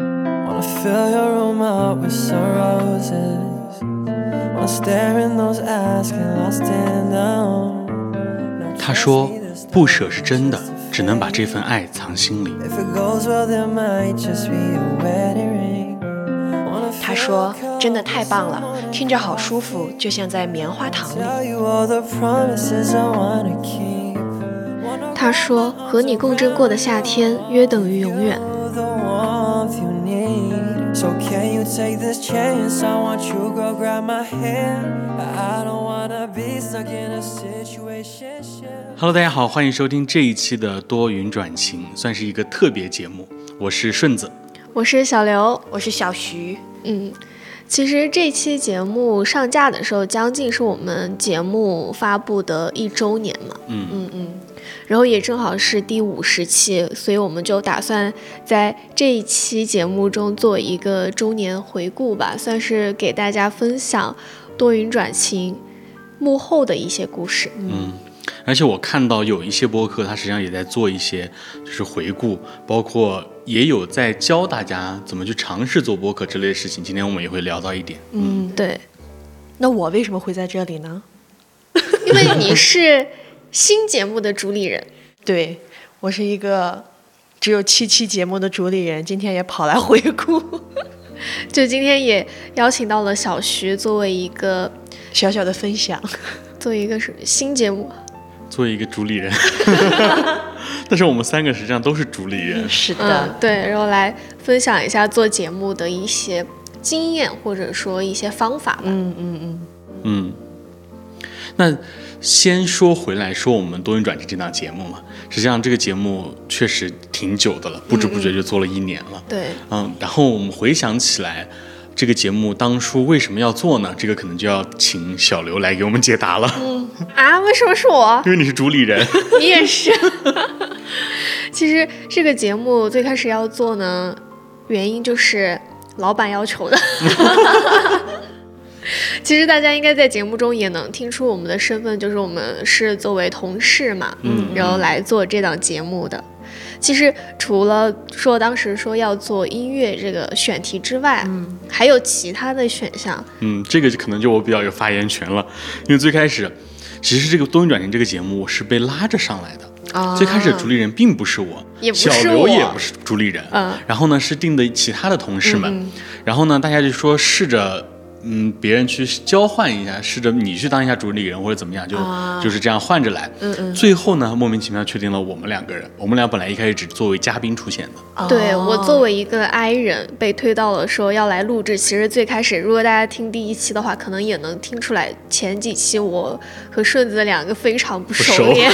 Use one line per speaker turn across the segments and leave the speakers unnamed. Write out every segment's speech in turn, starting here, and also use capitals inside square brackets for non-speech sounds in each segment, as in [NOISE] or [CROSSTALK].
I fill your room up with sunroses. Wanna stare in those eyes, get lost in them.
他说：“不舍是真的，只能把这份爱藏心里。
If it goes well, there might just be a wedding ring. Wanna
他说：“真的太棒了，听着好舒服，就像在棉花糖里。
tell you all the promises I wanna keep. Wanna
他说：“和你共振过的夏天，约等于永远。
feel the warmth you need. So can you take this chance? I want you, girl, grab my hand. I don't wanna be stuck in a situation.
Hello，大家好，欢迎收听这一期的多云转晴，算是一个特别节目。我是顺子，”
我是小刘。
我是小徐，
嗯，其实这期节目上架的时候，将近是我们节目发布的一周年嘛。
嗯
嗯嗯，然后也正好是第五十期，所以我们就打算在这一期节目中做一个周年回顾吧，算是给大家分享多云转晴幕后的一些故事。
嗯，而且我看到有一些播客，它实际上也在做一些就是回顾，包括也有在教大家怎么去尝试做播客之类的事情。今天我们也会聊到一点，
嗯，对，
[LAUGHS]
那我为什么会在这里呢？
因为你是新节目的主理人。
对我是一个只有七期节目的主理人，今天也跑来回顾，
就今天也邀请到了小徐作为一个
小小的分享。
作为一个什么新节目，
作为一个主理人， [LAUGHS] 但是我们三个实际上都是主理人。
[LAUGHS] 是
嗯，，对，然后来分享一下做节目的一些经验或者说一些方法吧。
嗯嗯嗯，
嗯，那先说回来说我们多云转晴这档节目嘛，实际上这个节目确实挺久的了，不知不觉就做了一年了。
对，
嗯，然后我们回想起来，这个节目当初为什么要做呢？这个可能就要请小刘来给我们解答了，
啊，为什么是我？
因为你是主理人。
你也是。 [LAUGHS] 其实这个节目最开始要做呢，原因就是老板要求的。 [LAUGHS] 其实大家应该在节目中也能听出我们的身份，就是我们是作为同事嘛，
嗯
然后来做这档节目的。其实除了说当时说要做音乐这个选题之外，嗯，还有其他的选项，
嗯，这个就可能就我比较有发言权了，因为最开始，其实这个《多云转晴》这个节目我是被拉着上来的。
啊
最开始主理人并不是我，
也不是
小刘
我
也不是主理人。
嗯
然后呢是定的其他的同事们，然后呢大家就说试着。嗯，别人去交换一下，试着你去当一下主理人或者怎么样，就、
啊
就是这样换着来。嗯嗯。最后呢，莫名其妙确定了我们两个人。我们俩本来一开始只作为嘉宾出现的，
对我作为一个 I 人被推到了说要来录制，其实最开始如果大家听第一期的话，可能也能听出来前几期我和顺子两个非常不
不熟 [LAUGHS]
熟练，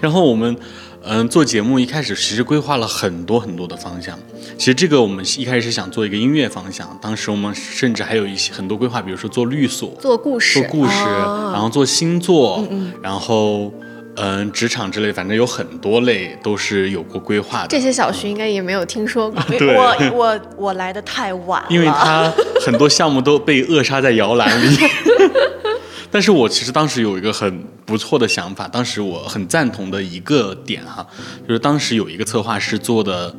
然后我们，嗯、做节目一开始其实规划了很多很多的方向。其实这个我们一开始想做一个音乐方向，当时我们甚至还有一些很多规划，比如说做律所、
做故
做
事，
故事，然后做星座，然后嗯、职场之类，反正有很多类都是有过规划
这
的。
些小徐应该也没有听
[LAUGHS]
说过。
对
嗯我我我来的太晚了，
因为他很多项目都被扼杀在摇篮里。 [LAUGHS] 但是我其实当时有一个很不错的想法，当时我很赞同的一个点哈，就是当时有一个策划师做的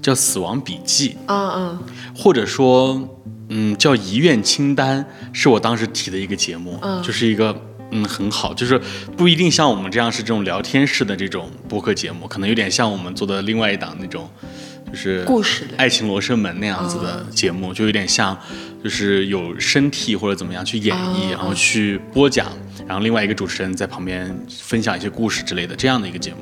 叫《死亡笔记
嗯嗯》，
或者说嗯叫《遗愿清单》，是我当时提的一个节目，就是一个。嗯，很好，就是不一定像我们这样是这种聊天式的这种播客节目，可能有点像我们做的另外一档那种，就是
故事嗯类
爱情罗生门那样子的节目，就有点像，就是有身体或者怎么样去演
啊
绎，然后去播讲，然后另外一个主持人在旁边分享一些故事之类的这样的一个节目，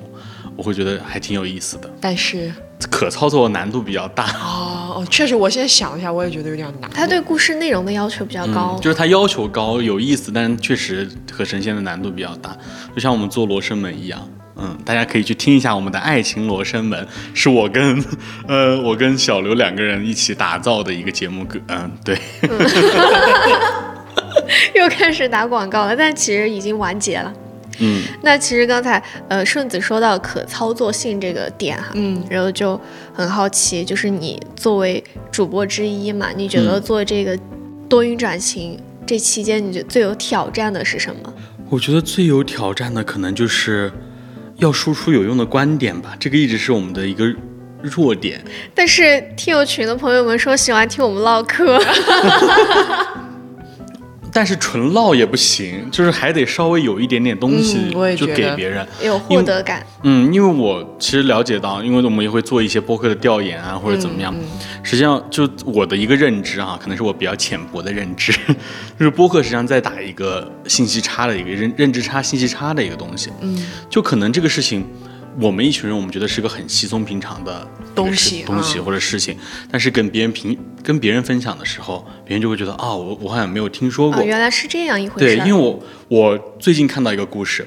我会觉得还挺有意思的，
但是
可操作难度比较大，
哦，确实，我现在想一下，我也觉得有点难。
他对故事内容的要求比较高，
就是它要求高，有意思，但确实和神仙的难度比较大，就像我们做罗生门一样。嗯，大家可以去听一下我们的《爱情罗生门》，是我跟，呃，我跟小刘两个人一起打造的一个节目，嗯、对，
[LAUGHS] 又开始打广告了，但其实已经完结了。
嗯，
那其实刚才呃顺子说到可操作性这个点哈，嗯，然后就很好奇，就是你作为主播之一嘛，你觉
嗯
得做这个多云转型、这期间，你觉得最有挑战的是什么？
我觉得最有挑战的可能就是要输出有用的观点吧，这个一直是我们的一个弱点。
但是听友群的朋友们说喜欢听我们
[LAUGHS]
唠嗑，
但是纯唠也不行，就是还得稍微有一点点东西
嗯我也
就
觉
给
得
别人。
有获得感。
嗯，因为我其实了解到，因为我们也会做一些播客的调研啊，或者怎么
嗯
样。实际上，就我的一个认知啊哈、可能是我比较浅薄的认知， [LAUGHS] 就是播客实际上在打一个信息差的一个认认知差、信息差的一个东西。嗯，就可能这个事情，我们一群人我们觉得是个很稀松平常的一个
东
事
西
东西
嗯
或者事情，但是跟别人评跟别人分享的时候，别人就会觉得啊、我我好像没有听说
啊、
过。
原来是这样一回
对，
事儿。
因为我我最近看到一个故事，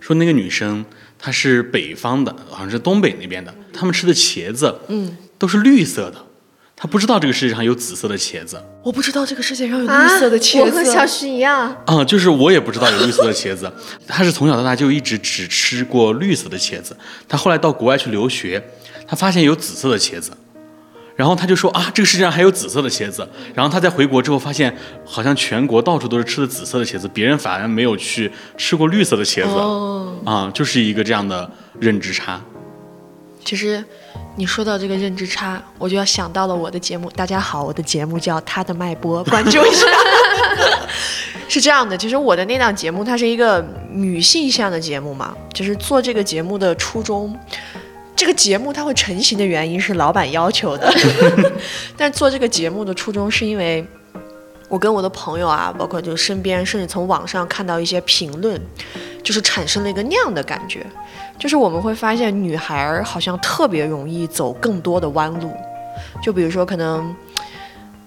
说那个女生她是北方的，好像是东北那边的，他们吃的茄子，嗯，都是绿色的，她不知道这个世界上有紫色的茄子
我不知道这个世界上有
啊
绿色的茄
我和小
子，
徐一样，
啊、就是我也不知道有绿色的茄子，她是从小到大就一直只吃过绿色的茄子，她后来到国外去留学，她发现有紫色的茄子。然后她就说啊，这个世界上还有紫色的茄子。然后她在回国之后发现，好像全国到处都是吃的紫色的茄子，别人反而没有去吃过绿色的茄子。
哦，
啊、就是一个这样的认知差。
其实你说到这个认知差，我就要想到了我的节目。大家好，我的节目叫《他的脉搏》，关注一下。是这样的，其实我的那档节目它是一个女性向的节目嘛，就是做这个节目的初衷。这个节目它会成型的原因是老板要求的，但做这个节目的初衷是因为我跟我的朋友啊，包括就身边，甚至从网上看到一些评论，就是产生了一个那样的感觉，就是我们会发现女孩儿好像特别容易走更多的弯路，就比如说可能。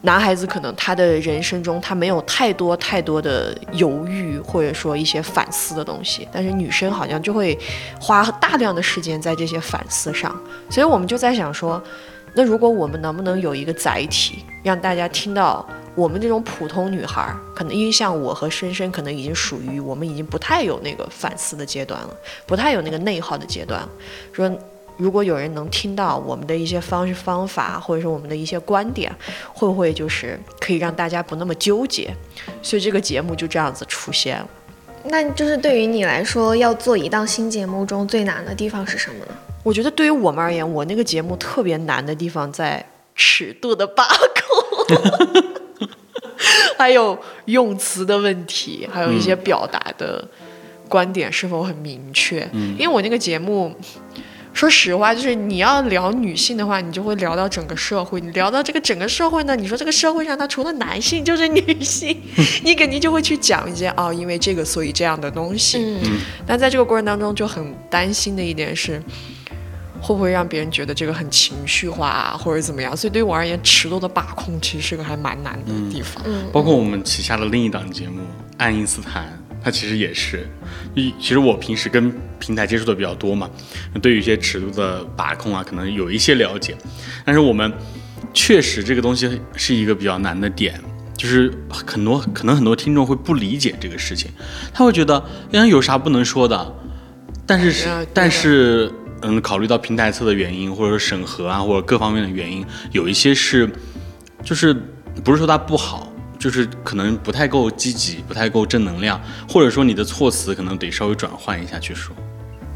男孩子可能他的人生中他没有太多太多的犹豫，或者说一些反思的东西，但是女生好像就会花大量的时间在这些反思上，所以我们就在想说，那如果我们能不能有一个载体，让大家听到我们这种普通女孩儿，可能因为像我和深深，可能已经属于我们已经不太有那个反思的阶段了，不太有那个内耗的阶段了。说如果有人能听到我们的一些方式方法，或者说我们的一些观点，会不会就是可以让大家不那么纠结？所以这个节目就这样子出现了。
那就是对于你来说，要做一档新节目中最难的地方是什么呢？
我觉得对于我们而言，我那个节目特别难的地方在尺度的把控，还有用词的问题，还有一些表达的观点是否很明确。因为我那个节目。说实话，就是你要聊女性的话，你就会聊到整个社会。你聊到这个整个社会呢，你说这个社会上它除了男性就是女性， [LAUGHS] 你肯定就会去讲一些哦，因为这个所以这样的东西。
嗯，
那在这个过程当中，就很担心的一点是，会不会让别人觉得这个很情绪化啊，或者怎么样？所以对于我而言，尺度的把控其实是个还蛮难的地方。
包括我们旗下的另一档节目《爱因斯坦》，它其实也是，一其实我平时跟平台接触的比较多嘛，对于一些尺度的把控啊，可能有一些了解，但是我们确实这个东西是一个比较难的点。就是很多可能很多听众会不理解这个事情，他会觉得，嗯，有啥不能说的？但是是
哎呀对的
但是，嗯，考虑到平台侧的原因，或者说审核啊，或者各方面的原因，有一些是，就是不是说它不好，就是可能不太够积极，不太够正能量，或者说你的措辞可能得稍微转换一下去说。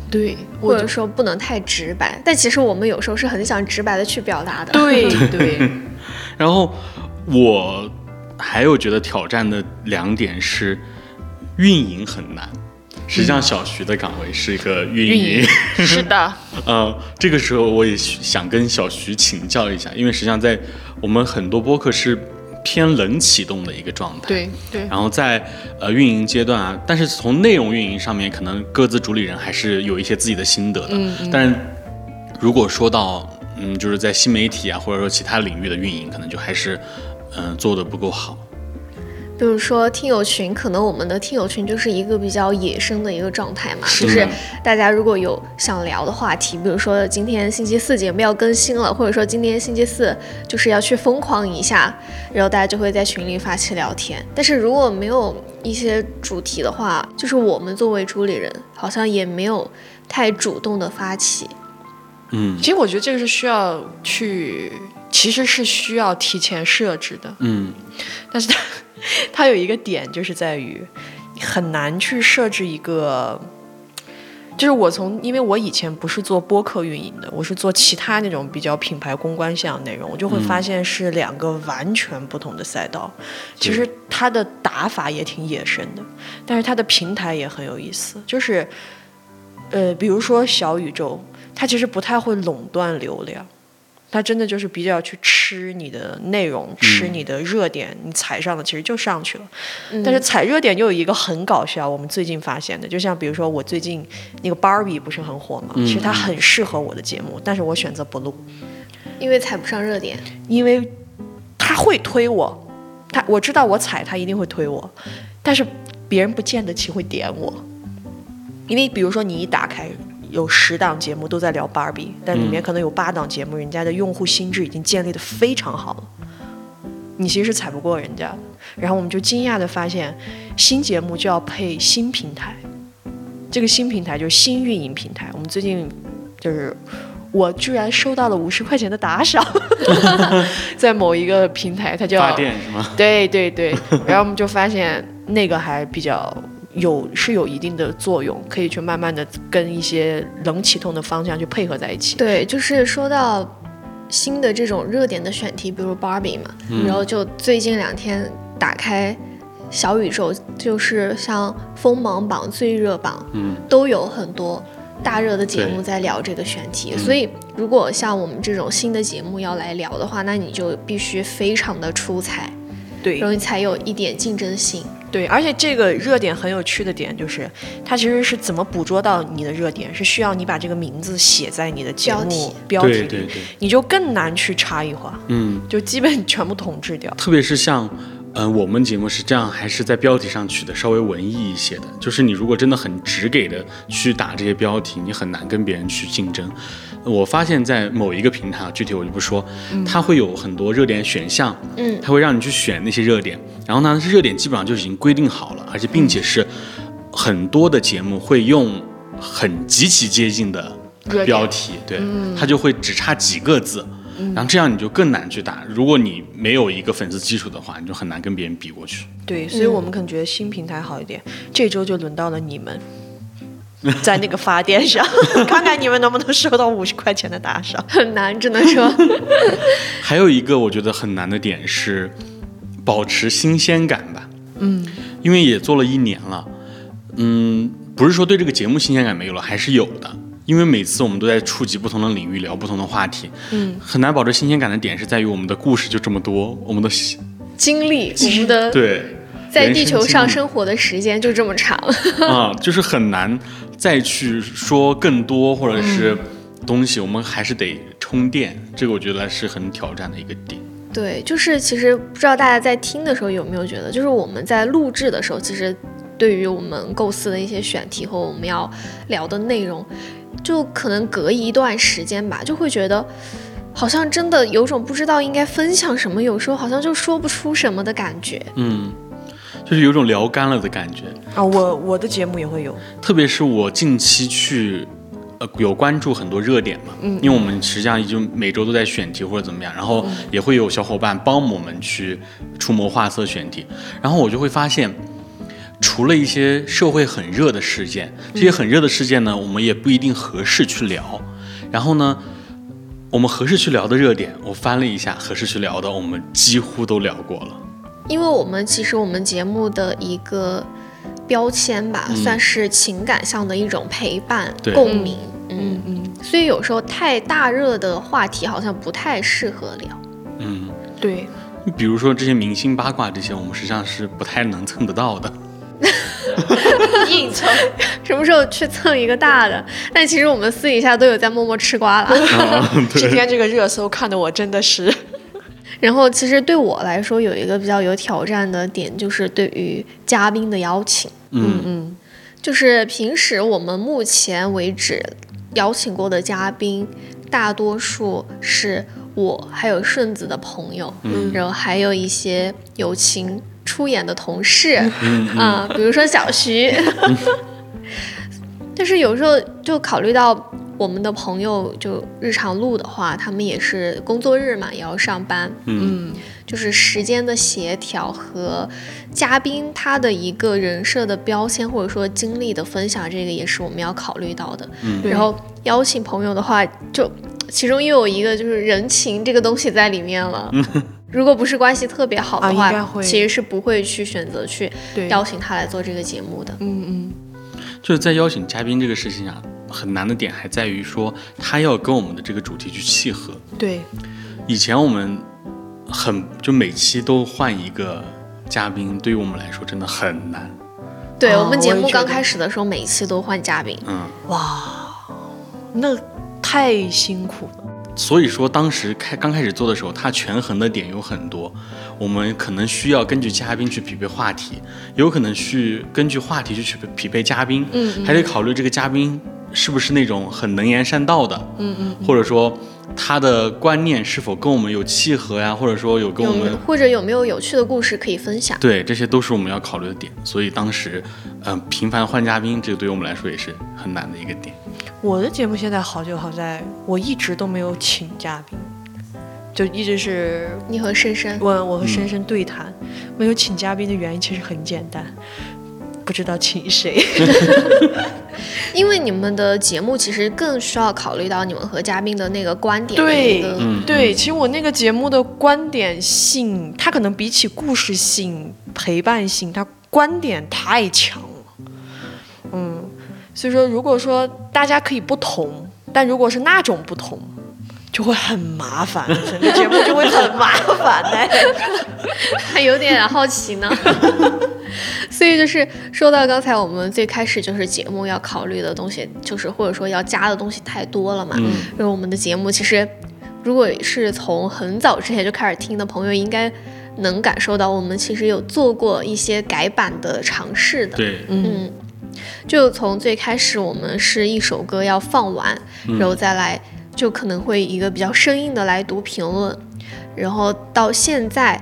对，
或
我
者说不能太直白，但其实我们有时候是很想直白的去表达的。
对对，
然后我还有觉得挑战的两点是，运营很难。实际上，小徐的岗位是一个运营，[LAUGHS]
嗯是的，
呃，这个时候我也想跟小徐请教一下，因为实际上在我们很多播客是偏冷启动的一个状态，
对对
然后在呃运营阶段啊，但是从内容运营上面，可能各自主理人还是有一些自己的心得的。但是如果说到嗯，就是在新媒体啊，或者说其他领域的运营，可能就还是嗯、呃做的不够好。
[LAUGHS] 比如说听友群，可能我们的听友群就是一个比较野生的一个状态嘛，
是
就是
的
大家如果有想聊的话题，比如说今天星期四节目要更新了，或者说今天星期四就是要去疯狂一下，然后大家就会在群里发起聊天。但是如果没有一些主题的话，就是我们作为主理人，好像也没有太主动的发起。
嗯
其实我觉得这个是需要去，其实是需要提前设置的。
嗯，
但是它它有一个点，就是在于很难去设置一个，就是我从，因为我以前不是做播客运营的，我是做其他那种比较品牌公关项内容，我就会发现是两个完全不同的赛道。其实它的打法也挺野生的，但是它的平台也很有意思，就是，呃，比如说小宇宙，它其实不太会垄断流量。它真的就是比较去吃你的内容，吃你的热点，你踩上了其实就上去了。但是踩热点又有一个很搞笑，我们最近发现的，就像比如说我最近那个 Barbie 不是很火嘛，其实它很适合我的节目，但是我选择不录，
因为踩不上热点。
因为他会推我，他我知道我踩他一定会推我，但是别人不见得其会点我，因为比如说你一打开。有十档节目都在聊 Barbie，但里面可能有八档节目，人家的用户心智已经建立的非常好了，你其实是踩不过人家的。然后我们就惊讶的发现，新节目就要配新平台，这个新平台就是新运营平台。我们最近就是我居然收到了五十块钱的打赏， [LAUGHS] 在某一个平台，它叫
发电是吗？
对对对， [LAUGHS] 然后我们就发现那个还比较有是有一定的作用，可以去慢慢的跟一些冷启动的方向去配合在一起。
对，就是说到新的这种热点的选题，比如 Barbie 嘛，
嗯
然后就最近两天打开小宇宙，就是像锋芒榜、最热榜，
嗯，
都有很多大热的节目
对嗯
在聊这个选题。所以，如果像我们这种新的节目要来聊的话，那你就必须非常的出彩，然后
对
你才有一点竞争性。
对，而且这个热点很有趣的点就是，它其实是怎么捕捉到你的热点，是需要你把这个名字写在你的节
标题
目标题
对
里，
对对，
你就更难去差异化，
嗯，
就基本全部统治掉。
特别是像，嗯、我们节目是这样，还是在标题上取的稍微文艺一些的。就是你如果真的很直给的去打这些标题，你很难跟别人去竞争。我发现，在某一个平台，具体我就不说，它会有很多热点选项，
嗯
它会让你去选那些热点，然后呢，热点基本上就已经规定好了，而且并且是很多的节目会用很极其接近的
热点
标题，对，它就会只差几个字，然后这样你就更难去打。如果你没有一个粉丝基础的话，你就很难跟别人比过去。
对，所以
嗯
我们可能觉得新平台好一点。这周就轮到了你们，在那个发电上， [LAUGHS] 看看你们能不能收到五十块钱的打赏。
很难，只能说 [LAUGHS]
还有一个我觉得很难的点是保持新鲜感吧。嗯，因为也做了一年了，嗯，不是说对这个节目新鲜感没有了，还是有的。因为每次我们都在触及不同的领域，聊不同的话题，嗯，很难保持新鲜感的点是在于我们的故事就这么多，我们的喜
经历我们的
对
在
人
地
生
球上
经历
生活的时间就这么长。
啊，就是很难再去说更多或者是东西，我们还是得充电。这个我觉得是很挑战的一个点。
对，就是其实不知道大家在听的时候有没有觉得，就是我们在录制的时候，其实对于我们构思的一些选题和我们要聊的内容，就可能隔一段时间吧，就会觉得好像真的有种不知道应该分享什么，有时候好像就说不出什么的感觉。
嗯，就是有种聊干了的感觉。
啊，我我的节目也会有，
特别是我近期去，呃，有关注很多热点嘛，嗯，因为我们实际上就每周都在选题或者怎么样，然后也会有小伙伴帮我们去出谋划策选题，然后我就会发现。除了一些社会很热的事件，这些很热的事件呢，我们也不一定合适去聊。然后呢，我们合适去聊的热点，我翻了一下，合适去聊的，我们几乎都聊过了。
因为我们其实我们节目的一个标签吧，算是情感上的一种陪伴、
嗯对
共鸣。嗯嗯，所以有时候太大热的话题好像不太适合聊。
嗯，
对，
比如说这些明星八卦这些，我们实际上是不太能蹭得到的。
硬蹭。
什么时候去蹭一个大的？ [LAUGHS] 但其实我们私底下都有在默默吃瓜了。 [LAUGHS]
今天这个热搜看的我真的是，
然后，其实对我来说有一个比较有挑战的点，就是对于嘉宾的邀请。
嗯
嗯，
就是平时我们目前为止邀请过的嘉宾，大多数是我还有顺子的朋友，
嗯
然后还有一些友情出演的同事，
嗯
啊、比如说小徐。 [LAUGHS] 但是有时候就考虑到我们的朋友，就日常录的话，他们也是工作日嘛，也要上班，
嗯
就是时间的协调和嘉宾他的一个人设的标签，或者说经历的分享，这个也是我们要考虑到的。
嗯
然后邀请朋友的话，就其中又有一个就是人情这个东西在里面了。
[LAUGHS]
如果不是关系特别好的
啊
话，
应该会
其实是不会去选择去
对
邀请他来做这个节目的。
嗯嗯，
就是在邀请嘉宾这个事情啊，很难的点还在于说他要跟我们的这个主题去契合。
对，
以前我们很就每期都换一个嘉宾，对于我们来说真的很难。
对、
哦
我们节目
我也觉得
刚开始的时候，每一期都换嘉宾，
嗯，
那太辛苦了。
所以说当时开刚开始做的时候，它权衡的点有很多，我们可能需要根据嘉宾去匹配话题，有可能去根据话题去匹配匹配嘉宾，嗯还得考虑这个嘉宾是不是那种很能言善道的，嗯嗯或者说他的观念是否跟我们有契合呀，或者说有跟
有
我
没
们
有或者有没有有趣的故事可以分享？
对，这些都是我们要考虑的点。所以当时，嗯、频繁换嘉宾，这个对于我们来说也是很难的一个点。
我的节目现在好就好在我一直都没有请嘉宾，就一直是
你和深深，
我我和深深对谈，没有请嘉宾的原因其实很简单，不知道请谁。
因为你们的节目其实更需要考虑到你们和嘉宾的那个观点的一
对
个，
嗯
对，其实我那个节目的观点性，它可能比起故事性、陪伴性，它观点太强了。嗯，所以说，如果说大家可以不同，但如果是那种不同，就会很麻烦，整个节目就会很麻烦哎。
还有点好奇呢。 [LAUGHS] 所以就是说到刚才我们最开始就是节目要考虑的东西，就是或者说要加的东西太多了嘛。
嗯
因为我们的节目其实，如果是从很早之前就开始听的朋友，应该能感受到我们其实有做过一些改版的尝试的。
对，
嗯，
嗯，就从最开始我们是一首歌要放完，然后再来就可能会一个比较生硬的来读评论，然后到现在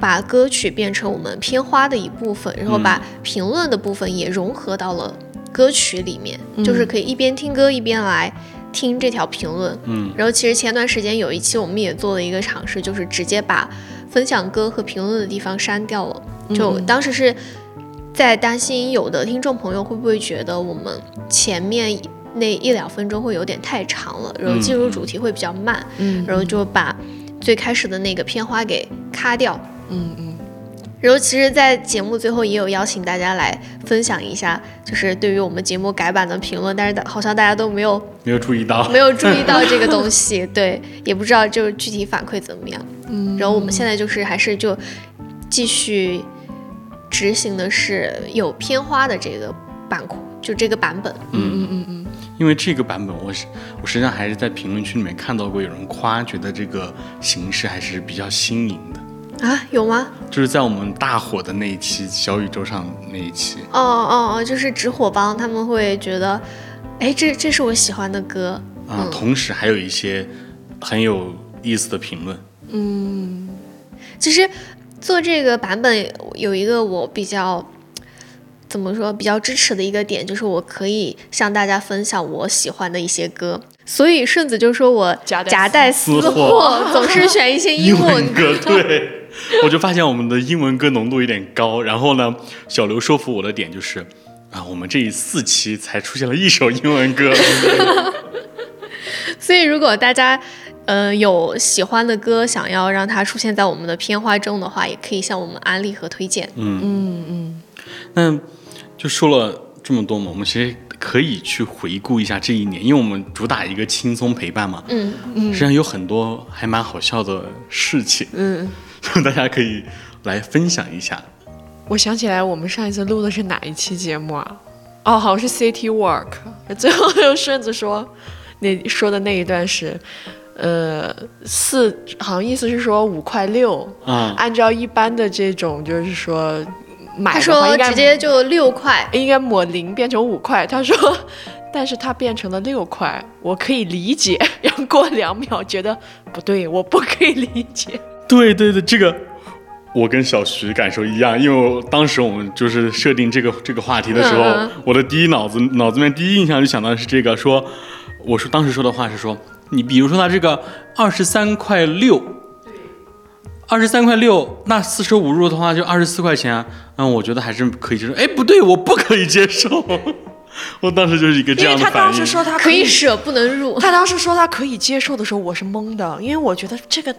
把歌曲变成我们片花的一部分，然后把评论的部分也融合到了歌曲里面，就是可以一边听歌一边来。听这条评论，
嗯，
然后其实前段时间有一期我们也做了一个尝试，就是直接把分享歌和评论的地方删掉了。就当时是在担心有的听众朋友会不会觉得我们前面那一两分钟会有点太长了，然后进入主题会比较慢，
嗯
然后就把最开始的那个片花给咔掉，嗯嗯。然后其实，在节目最后也有邀请大家来分享一下，就是对于我们节目改版的评论，但是大好像大家都没有
没有注意到
[LAUGHS] 没。有注意到这个东西， [LAUGHS] 对，也不知道就是具体反馈怎么样。嗯，然后我们现在就是还是就继续执行的是有片花的这个版库，就这个版本。
因为这个版本，我是我实际上还是在评论区里面看到过有人夸，觉得这个形式还是比较新颖的。
啊，有吗？
就是在我们大火的那一期小宇宙上那一期，
哦哦哦，就是直火帮他们会觉得，哎，这这是我喜欢的歌，
啊、同时还有一些很有意思的评论。
其实做这个版本有一个我比较怎么说比较支持的一个点，就是我可以向大家分享我喜欢的一些歌。所以顺子就说我
夹带
夹带私
私
货，总是选一些英文歌。
歌， [LAUGHS] 对，我就发现我们的英文歌浓度有点高。然后呢，小刘说服我的点就是，啊，我们这四期才出现了一首英文歌，
所以如果大家呃有喜欢的歌，想要让它出现在我们的片花中的话，也可以向我们安利和推荐。
那就说了这么多嘛，我们其实可以去回顾一下这一年，因为我们主打一个轻松陪伴嘛，
嗯，
实际上有很多还蛮好笑的事情，嗯， [LAUGHS] 大家可以来分享一下。
我想起来我们上一次录的是哪一期节目啊？哦，好像是 City Walk。最后又顺子说，那说的那一段是，呃，四好像意思是说五块六，
啊
按照一般的这种就是说买
他
的话
说
应该
直接就六块，
应该抹零变成五块，他
[LAUGHS]
说，但是它变成了六块，我可以理
[LAUGHS]
解。然后过两秒觉得不对，我不可以理解。
对对对，这个我跟小徐感受一样，因为我当时我们就是设定这个这个话题的时候，
嗯
我的第一脑子脑子里面第一印象就想到的是这个，说我说当时说的话是说，你比如说他这个二十三块六。二十三块六，那四舍五入的话就二十四块钱啊。嗯，我觉得还是可以接受。哎，不对，我不可以接受。 [LAUGHS] 我当时就是一个这
因为
样的
他
反
当时
应。
说他
可以舍不能入。
他当时说他可以接受的时候，我是懵的，因为我觉得这个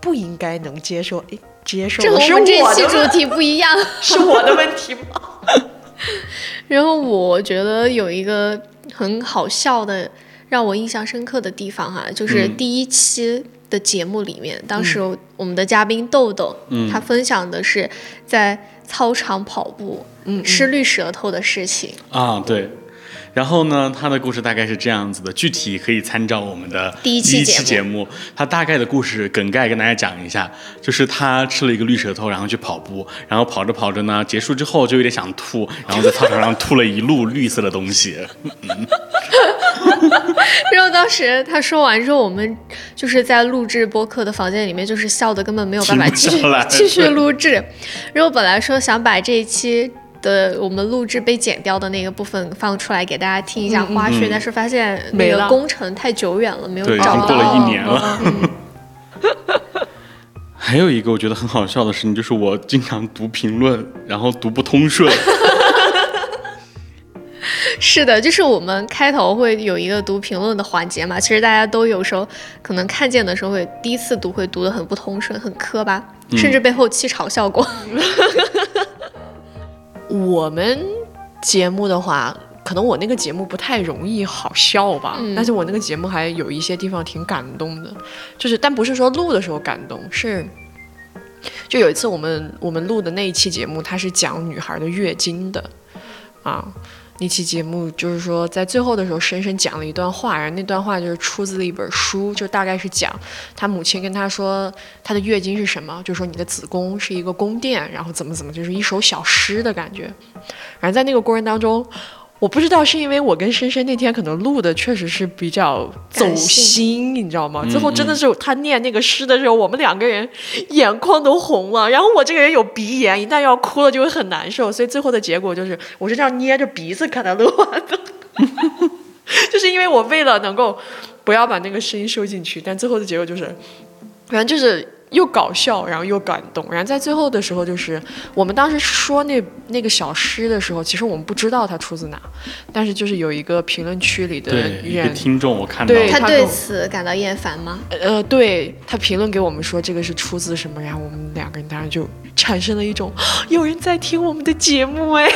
不应该能接受。哎，接受
这和
是
我
我
们这一期
的
主
问，
题不一样。
[LAUGHS] 是我的问题吗？
[LAUGHS] 然后我觉得有一个很好笑的，让我印象深刻的地方哈、啊就是
嗯
第一期的节目里面，
嗯
当时我们的嘉宾豆豆，
嗯
他分享的是在操场跑步、
嗯
吃绿舌头的事情。
啊，对。然后呢，他的故事大概是这样子的，具体可以参照我们的
第一期
期
节目
节目。他大概的故事梗概跟大家讲一下，就是他吃了一个绿舌头，然后去跑步，然后跑着跑着呢，结束之后就有点想吐，然后在操场上吐了一路绿色的东西。
[LAUGHS] 然后当时他说完之后，我们就是在录制播客的房间里面，就是笑的根本没有办法继
停
续
不下来
继续录制。然后本来说想把这一期。的我们录制被剪掉的那个部分放出来给大家听一下花絮，
嗯
但是发现那
没
个
了
工程太久远了，没有
对，已
找
经
到。
过了一年了。
嗯
[LAUGHS] 还有一个我觉得很好笑的事情，就是我经常读评论，然后读不通顺。
是的，就是我们开头会有一个读评论的环节嘛，其实大家都有时候可能看见的时候会第一次读会读得很不通顺，很磕巴，
嗯
甚至被后期嘲笑过。
我们节目的话，可能我那个节目不太容易好笑吧，
嗯
但是我那个节目还有一些地方挺感动的，就是但不是说录的时候感动，是就有一次我们我们录的那一期节目，它是讲女孩的月经的，啊。那期节目就是说，在最后的时候，深深讲了一段话，然后那段话就是出自一本书，就大概是讲她母亲跟她说她的月经是什么，就说你的子宫是一个宫殿，然后怎么怎么，就是一首小诗的感觉。然后在那个过程当中，我不知道是因为我跟深深那天可能录的确实是比较走
感性
心，你知道吗？最后真的是他念那个诗的时候，我们两个人 [LAUGHS] 眼眶都红了。然后我这个人有鼻炎，一旦要哭了就会很难受，所以最后的结果就是我是这样捏着鼻子看他录完的， [LAUGHS] 就是因为我为了能够不要把那个声音收进去，但最后的结果就是，反正就是。又搞笑，然后又感动，然后在最后的时候，就是我们当时说那那个小诗的时候，其实我们不知道它出自哪，但是就是有一个评论区里的
对，一个
人
听众我看到
对
他
了，
他
对
跟我
此感到厌烦吗？
呃，对他评论给我们说这个是出自什么，然后我们两个人当时就产生了一种有人在听我们的节目哎，
[LAUGHS]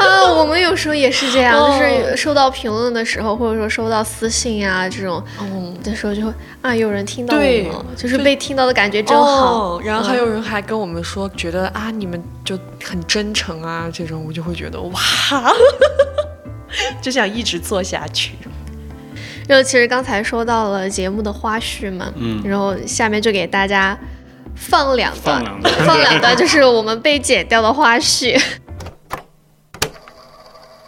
啊，我们有时候也是这样，
哦
就是收到评论的时候，或者说收到私信啊这种
嗯，
的时候，就会啊，有人听到我
对
们了，就是被听到的感觉真好。
哦然后还
嗯
有人还跟我们说，觉得啊你们就很真诚啊，这种我就会觉得 [LAUGHS] 哇，就想一直做下去。
然后其实刚才说到了节目的花絮嘛，
嗯
然后下面就给大家放两
放，
段
两段
放两
[LAUGHS]
段就是我们被剪掉的花絮。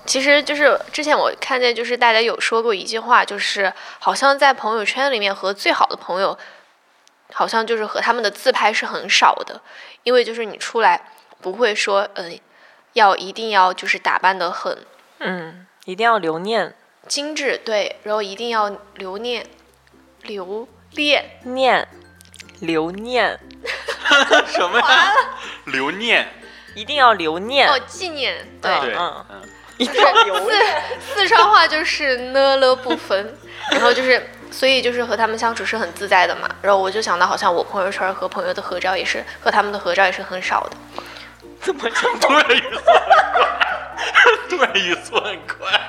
其实就是之前我看见，就是大家有说过一句话，就是好像在朋友圈里面和最好的朋友，好像就是和他们的自拍是很少的，因为就是你出来不会说，嗯、要一定要就是打扮的很
嗯，一定要留念
精致，对，然后一定要留念留恋。
念，留念，
什么呀？留念，
一定要留念。
哦，纪念，对，
嗯
对，
嗯
嗯，
一定要留念。
四川话就是呢了不分，然后就是，所以就是和他们相处是很自在的嘛。然后我就想到，好像我朋友圈和朋友的合照也是，和他们的合照也是很少的。
怎么讲？
突然语速很快，突然语速很快。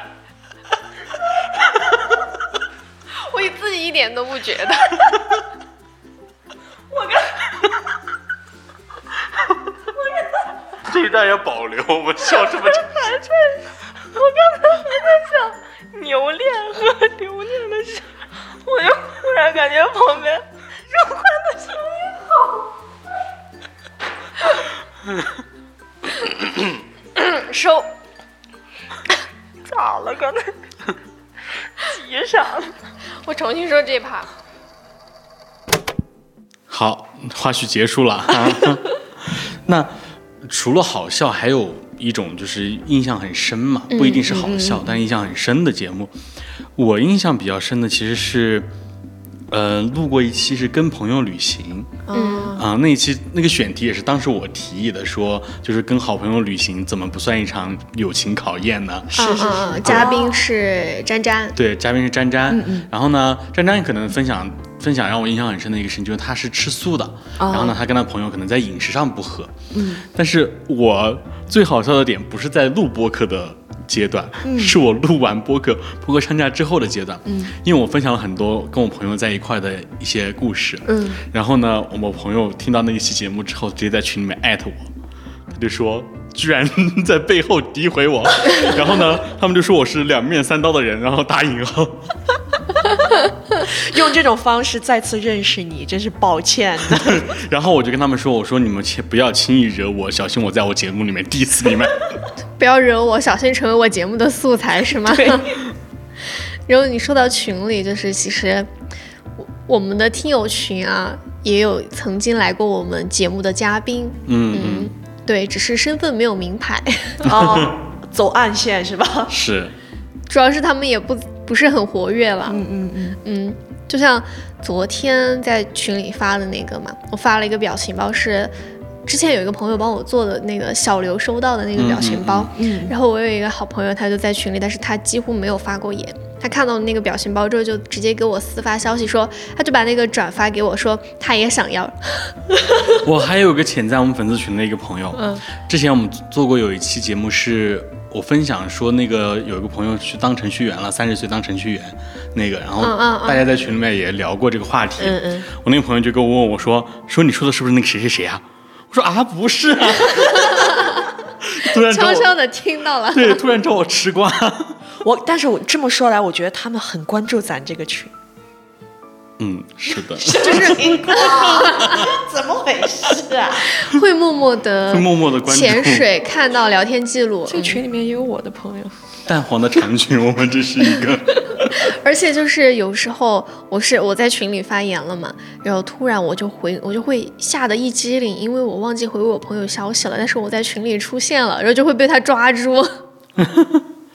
我自己一点都不觉得。
这一段要保留，我们笑这么 [LAUGHS] 长。
[LAUGHS] 留恋和留念的事，我就忽然感觉旁边肉宽的声音
[LAUGHS]
好。
收，
咋了？刚才急啥了？
我重新说这趴。
好，话絮结束了。啊 [LAUGHS] 那除了好笑，还有一种就是印象很深嘛，不一定嗯是好笑，但印象很深的节目。我印象比较深的其实是呃，录过一期是跟朋友旅行，
嗯
啊、那一期那个选题也是当时我提议的说，就是跟好朋友旅行怎么不算一场友情考验呢？
是是
嗯嗯
是，
嘉宾是詹詹，
对，嘉宾是詹詹，然后呢，詹詹可能分享分享让我印象很深的一个事情，就是他是吃素的，然后呢，他跟他朋友可能在饮食上不合，哦嗯，但是我最好笑的点不是在录播客的阶段，是我录完播客，播客上架之后的阶段，嗯，因为我分享了很多跟我朋友在一块的一些故事，嗯，然后呢，我朋友听到那一期节目之后，直接在群里面艾特我，他就说居然在背后诋毁我， [LAUGHS] 然后呢，他们就说我是两面三刀的人，然后打引号。
用这种方式再次认识你，真是抱 [LAUGHS] 歉的。
然后我就跟他们说，我说你们切不要轻易惹我，小心我在我节目里面 diss 你们。
不要惹我，小心成为我节目的素材，是吗？ [LAUGHS] 然后你说到群里，就是其实我我们的听友群啊，也有曾经来过我们节目的嘉宾，
嗯嗯，
对，只是身份没有名牌，
哦，走暗线是吧？
是，
主要是他们也不不是很活跃了。
嗯嗯嗯，
嗯，就像昨天在群里发的那个嘛，我发了一个表情包是。之前有一个朋友帮我做的那个小刘收到的那个表情包，
嗯嗯
然后我有一个好朋友，他就在群里，但是他几乎没有发过言。他看到那个表情包之后，就直接给我私发消息说，他就把那个转发给我说，他也想
[LAUGHS]
要。
我还有个潜在我们粉丝群的一个朋友，
嗯
之前我们做过有一期节目是。我分享说，那个有一个朋友去当程序员了，三十岁当程序员，那个，然后
嗯嗯嗯
大家在群里面也聊过这个话题。
嗯嗯
我那个朋友就跟我问我说：“说你说的是不是那个谁谁谁啊？”我说：“啊，不是
[LAUGHS]
啊。”突然找
悄
我
悄的听到了，
对，突然找我吃
[LAUGHS]
瓜。
我但是我这么说来，我觉得他们很关注咱这个群，
嗯，是的，
就是你怎么回事啊？
会默默
[LAUGHS]
的
会默默地关注
潜水看到聊天记录，嗯
群里面也有我的朋友，
蛋黄的长裙，我们这是一
[LAUGHS]
个。
而且就是有时候我是我在群里发言了嘛，然后突然我就回我就会吓得一激灵，因为我忘记回我朋友消息了，但是我在群里出现了，然后就会被他抓住。 [LAUGHS]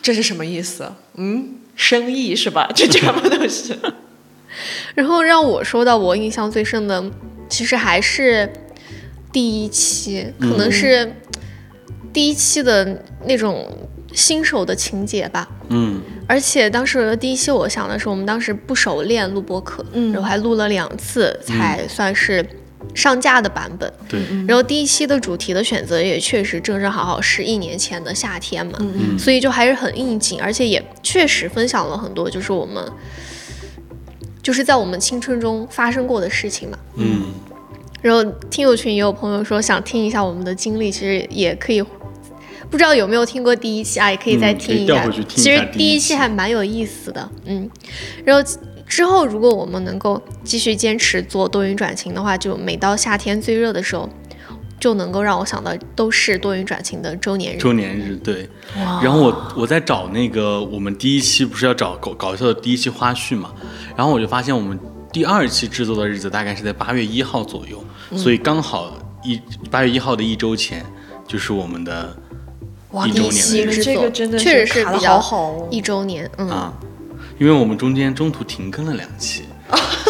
这是什么意思？嗯，生意是吧？ [LAUGHS] 这全部都是。
然后让我说到我印象最深的，其实还是第一期，可能是第一期的那种新手的情节吧。
嗯
而且当时第一期我想的是，我们当时不熟练录播客，
嗯
然后还录了两次才算是上架的版本。，
对，
然后第一期的主题的选择也确实正正好好是一年前的夏天嘛，所以就还是很应景，而且也确实分享了很多，就是我们就是在我们青春中发生过的事情嘛。
嗯，
然后听友群也有朋友说想听一下我们的经历，其实也可以，不知道有没有听过第一期啊，也可以再
嗯
听一
可以
下。
调回去听一
其
下
实第
第
一
一
期
期
还蛮有意思的，嗯。然后之后如果我们能够继续坚持做多云转晴的话，就每到夏天最热的时候，就能够让我想到都是多云转晴的周年日。
周年日对。然后我我在找那个我们第一期不是要找搞搞笑的第一期花絮嘛，然后我就发现我们第二期制作的日子大概是在八月一号左右，所以刚好一八月一号的一周前就是我们的
哇
一周年
期
的日
制
子
这
作，
个真的是
确实是
卡得
比较
好好哦
一周年，嗯，
啊，因为我们中间中途停更了两期，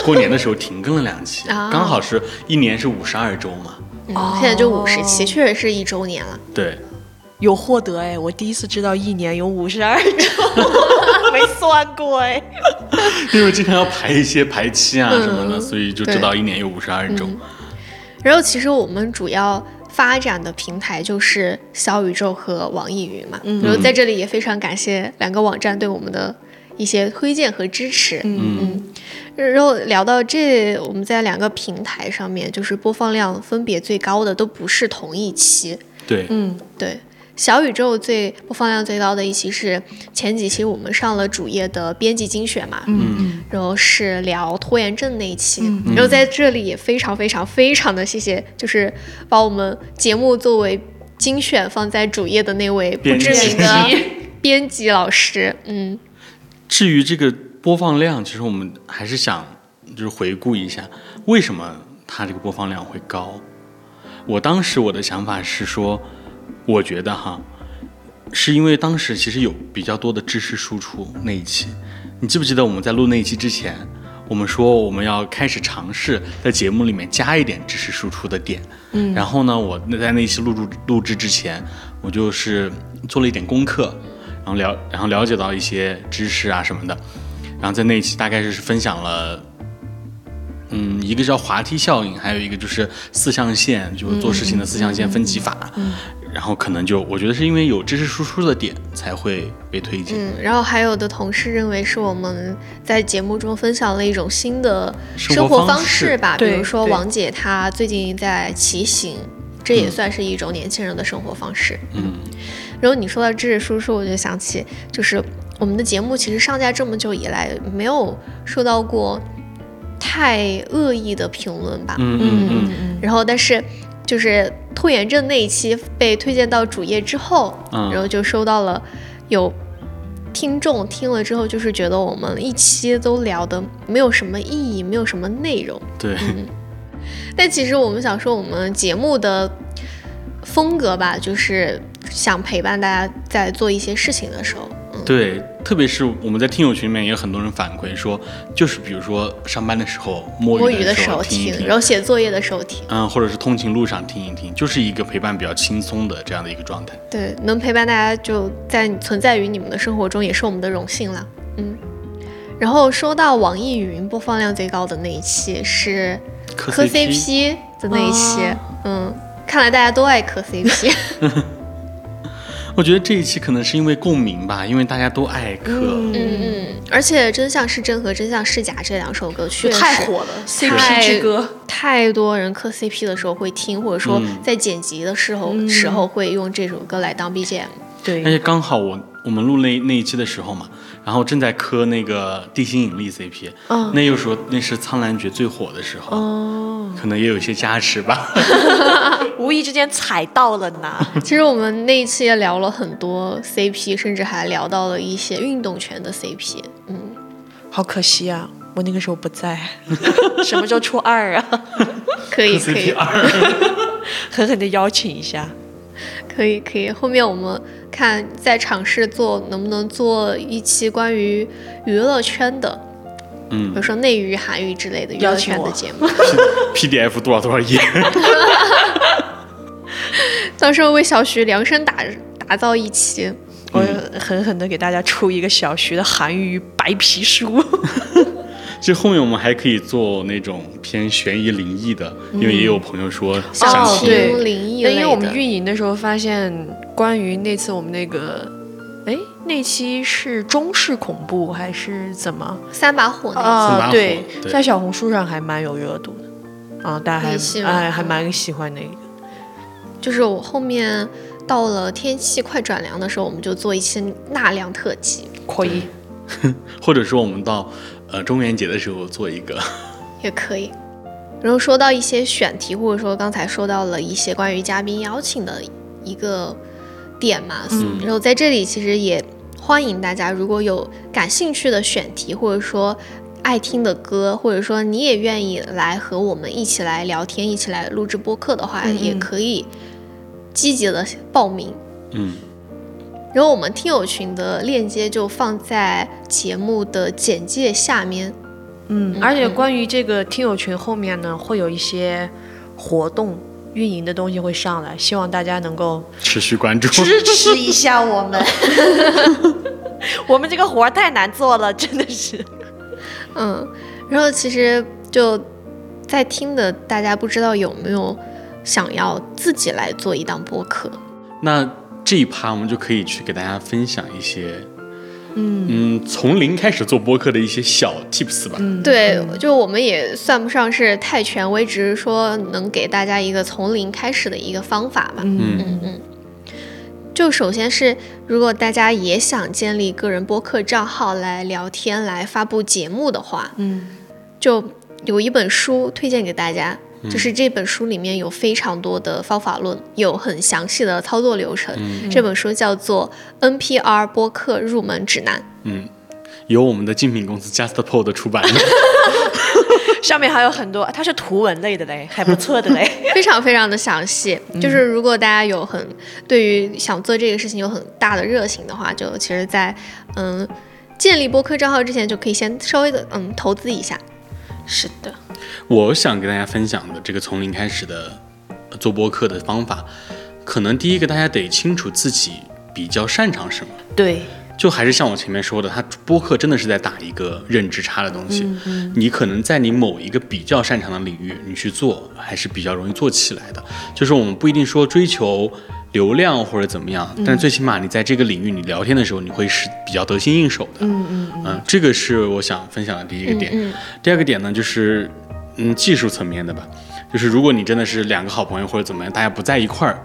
过年的时候停更了两期，
啊
刚好是一年是五十二周嘛，
嗯现在就五
哦
十期，确实是一周年了。
对。
有获得哎，我第一次知道一年有五十二周， [LAUGHS] 没算过哎。
因为经常要排一些排期啊什么的，所以就知道一年有五十二周。
然后其实我们主要发展的平台就是小宇宙和网易云嘛，
嗯
然后在这里也非常感谢两个网站对我们的一些推荐和支持。
嗯
然后聊到这，我们在两个平台上面，就是播放量分别最高的都不是同一期，
对，
嗯，
对。小宇宙最播放量最高的一期是前几期我们上了主页的编辑精选嘛，
嗯，
然后是聊拖延症那一期，然后在这里也非常非常非常的谢谢，就是把我们节目作为精选放在主页的那位不
编辑
知名
[LAUGHS]
的编辑老师，嗯，
至于这个播放量，其实我们还是想就是回顾一下，为什么它这个播放量会高？我当时我的想法是说，我觉得哈，是因为当时其实有比较多的知识输出那一期，你记不记得我们在录那一期之前，我们说我们要开始尝试在节目里面加一点知识输出的点。嗯，然后呢，我那在那一期录制录制之前，我就是做了一点功课，然后了然后了解到一些知识啊什么的，然后在那一期大概是分享了。嗯，一个叫滑梯效应，还有一个就是四象限，就是做事情的四象限分级法。然后可能就我觉得是因为有知识输出的点才会被推荐。
嗯，然后还有的同事认为是我们在节目中分享了一种新的
生
生
活
活
方
方式
式
吧，比
对
如说
对
王姐她最近在骑行，这也算是一种年轻人的生活方式。
嗯，
然后你说到知识输出，我就想起，就是我们的节目其实上架这么久以来，没有受到过太恶意的评论吧。
嗯嗯嗯
然后但是就是拖延症那一期被推荐到主页之后，
嗯
然后就收到了有听众听了之后，就是觉得我们一期都聊的没有什么意义，没有什么内容。
对，
嗯但其实我们想说，我们节目的风格吧，就是想陪伴大家在做一些事情的时候。嗯，
对，特别是我们在听友群里面也有很多人反馈说，就是比如说上班的时候摸
摸
鱼
鱼的时候
听一
听，
听
然，后写作业的时候听，
嗯，或者是通勤路上听一听，就是一个陪伴比较轻松的这样的一个状态。
对，能陪伴大家就在存在于你们的生活中，也是我们的荣幸啦。嗯，然后说到网易云播放量最高的那一期是
磕
磕 CP 的那一期，嗯，看来大家都爱磕 CP。
我觉得这一期可能是因为共鸣吧，因为大家都爱磕。
嗯嗯， [LAUGHS] 而且《真相是真》和《真相是假》这两首歌确实
太火了
太
，CP 之歌，
太多人磕 CP 的时候会听，或者说
嗯
在剪辑的时候、时候会用这首歌来当 BGM。
而
对，
且刚好我我们录那那一期的时候嘛，然后正在磕那个地心引力 CP，、
嗯
那又说那是苍兰诀最火的时候，
哦，
可能也有一些加持吧。
无意之间踩到了呢，
其实我们那一期也聊了很多 CP，甚至还聊到了一些运动圈的 CP。嗯，
[LAUGHS] 好可惜啊，我那个时候不 [LAUGHS] 在，什么时候初二啊？ [LAUGHS]
可
[LAUGHS]
以可以
CP 二，
狠狠的邀请一下，
可以可以。后面我们看再尝试做，能不能做一期关于娱乐圈的，比如
嗯
说内娱、韩娱之类的娱
邀
乐
请
圈的
我
节目， [LAUGHS]
，PDF 多少多少页，
到时候为小徐量身打打造一期。
我狠狠的给大家出一个小徐的韩语白皮书。
其实后面我们还可以做那种偏悬疑灵异的，因为也有朋友说想
哦
听。
对
对，
灵异
那
类
因为我们
的
运营的时候发现，关于那次我们那个，哎，那期是中式恐怖还是怎么？
三把火那
三
一期
把
啊，
火
对，
对
在小红书上还蛮有热度的，啊，大家
微信
还
嘛
哎
嗯
还蛮喜欢那个。
就是我后面到了天气快转凉的时候，我们就做一期纳凉特辑，
可以，
或者说我们到呃中元节的时候做一个， [LAUGHS]
也可以。然后说到一些选题，或者说刚才说到了一些关于嘉宾邀请的一个点嘛，然后在这里其实也欢迎大家，如果有感兴趣的选题，或者说爱听的歌，或者说你也愿意来和我们一起来聊天，一起来录制播客的话，
嗯嗯
也可以积极的报名。
嗯，
然后我们听友群的链接就放在节目的简介下面。
嗯，而且关于这个听友群后面呢，会有一些活动运营的东西会上来，希望大家能 [LAUGHS] 够
持续关注。
支持一下我们。 [LAUGHS] 我们这个活儿太难做了，真的是。
嗯，然后其实就在听的大家不知道有没有想要自己来做一档播客？
[LAUGHS] 那这一趴我们就可以去给大家分享一些，嗯从零开始做播客的一些小 tips 吧。嗯
对，就我们也算不上是太权威，只是说能给大家一个从零开始的一个方法吧。
嗯
就首先是，如果大家也想建立个人播客账号来聊天、来发布节目的话，
嗯，
就有一本书推荐给大家，就是这本书里面有非常多的方法论，有很详细的操作流程。
嗯
这本书叫做《NPR 播客入门指南》。
由我们的竞品公司 JustPod 的出版 [LAUGHS] 的。
上面还有很多，它是图文类的嘞，还不错的 [LAUGHS] 嘞。
非常非常的详细。就是如果大家有很对于想做这个事情有很大的热情的话，就其实在，嗯建立播客账号之前，就可以先稍微的嗯投资一下。是的，
我想给大家分享的这个从零开始的呃做播客的方法，可能第一个大家得清楚自己比较擅长什么。
对，
就还是像我前面说的，它播客真的是在打一个认知差的东西。你可能在你某一个比较擅长的领域，你去做还是比较容易做起来的。就是我们不一定说追求流量或者怎么样，但最起码你在这个领域你聊天的时候，你会是比较得心应手的。嗯嗯这个是我想分享的第一个点。第二个点呢，就是嗯技术层面的吧，就是如果你真的是两个好朋友或者怎么样，大家不在一块儿，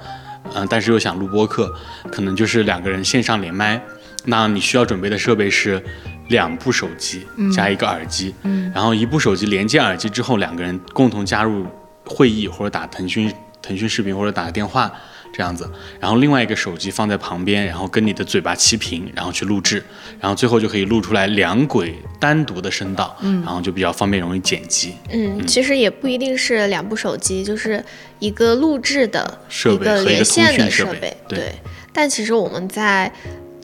嗯、但是又想录播客，可能就是两个人线上连麦，那你需要准备的设备是两部手机加一个耳机，然后一部手机连接耳机之后，两个人共同加入会议或者打腾讯腾讯视频或者打电话。这样子，然后另外一个手机放在旁边，然后跟你的嘴巴齐平，然后去录制，然后最后就可以录出来两轨单独的声道，然后就比较方便容易剪辑。
嗯，其实也不一定是两部手机，就是一个录制的
设备
一个
和一
连
个通
线的
讯
设
设备对
对。但其实我们在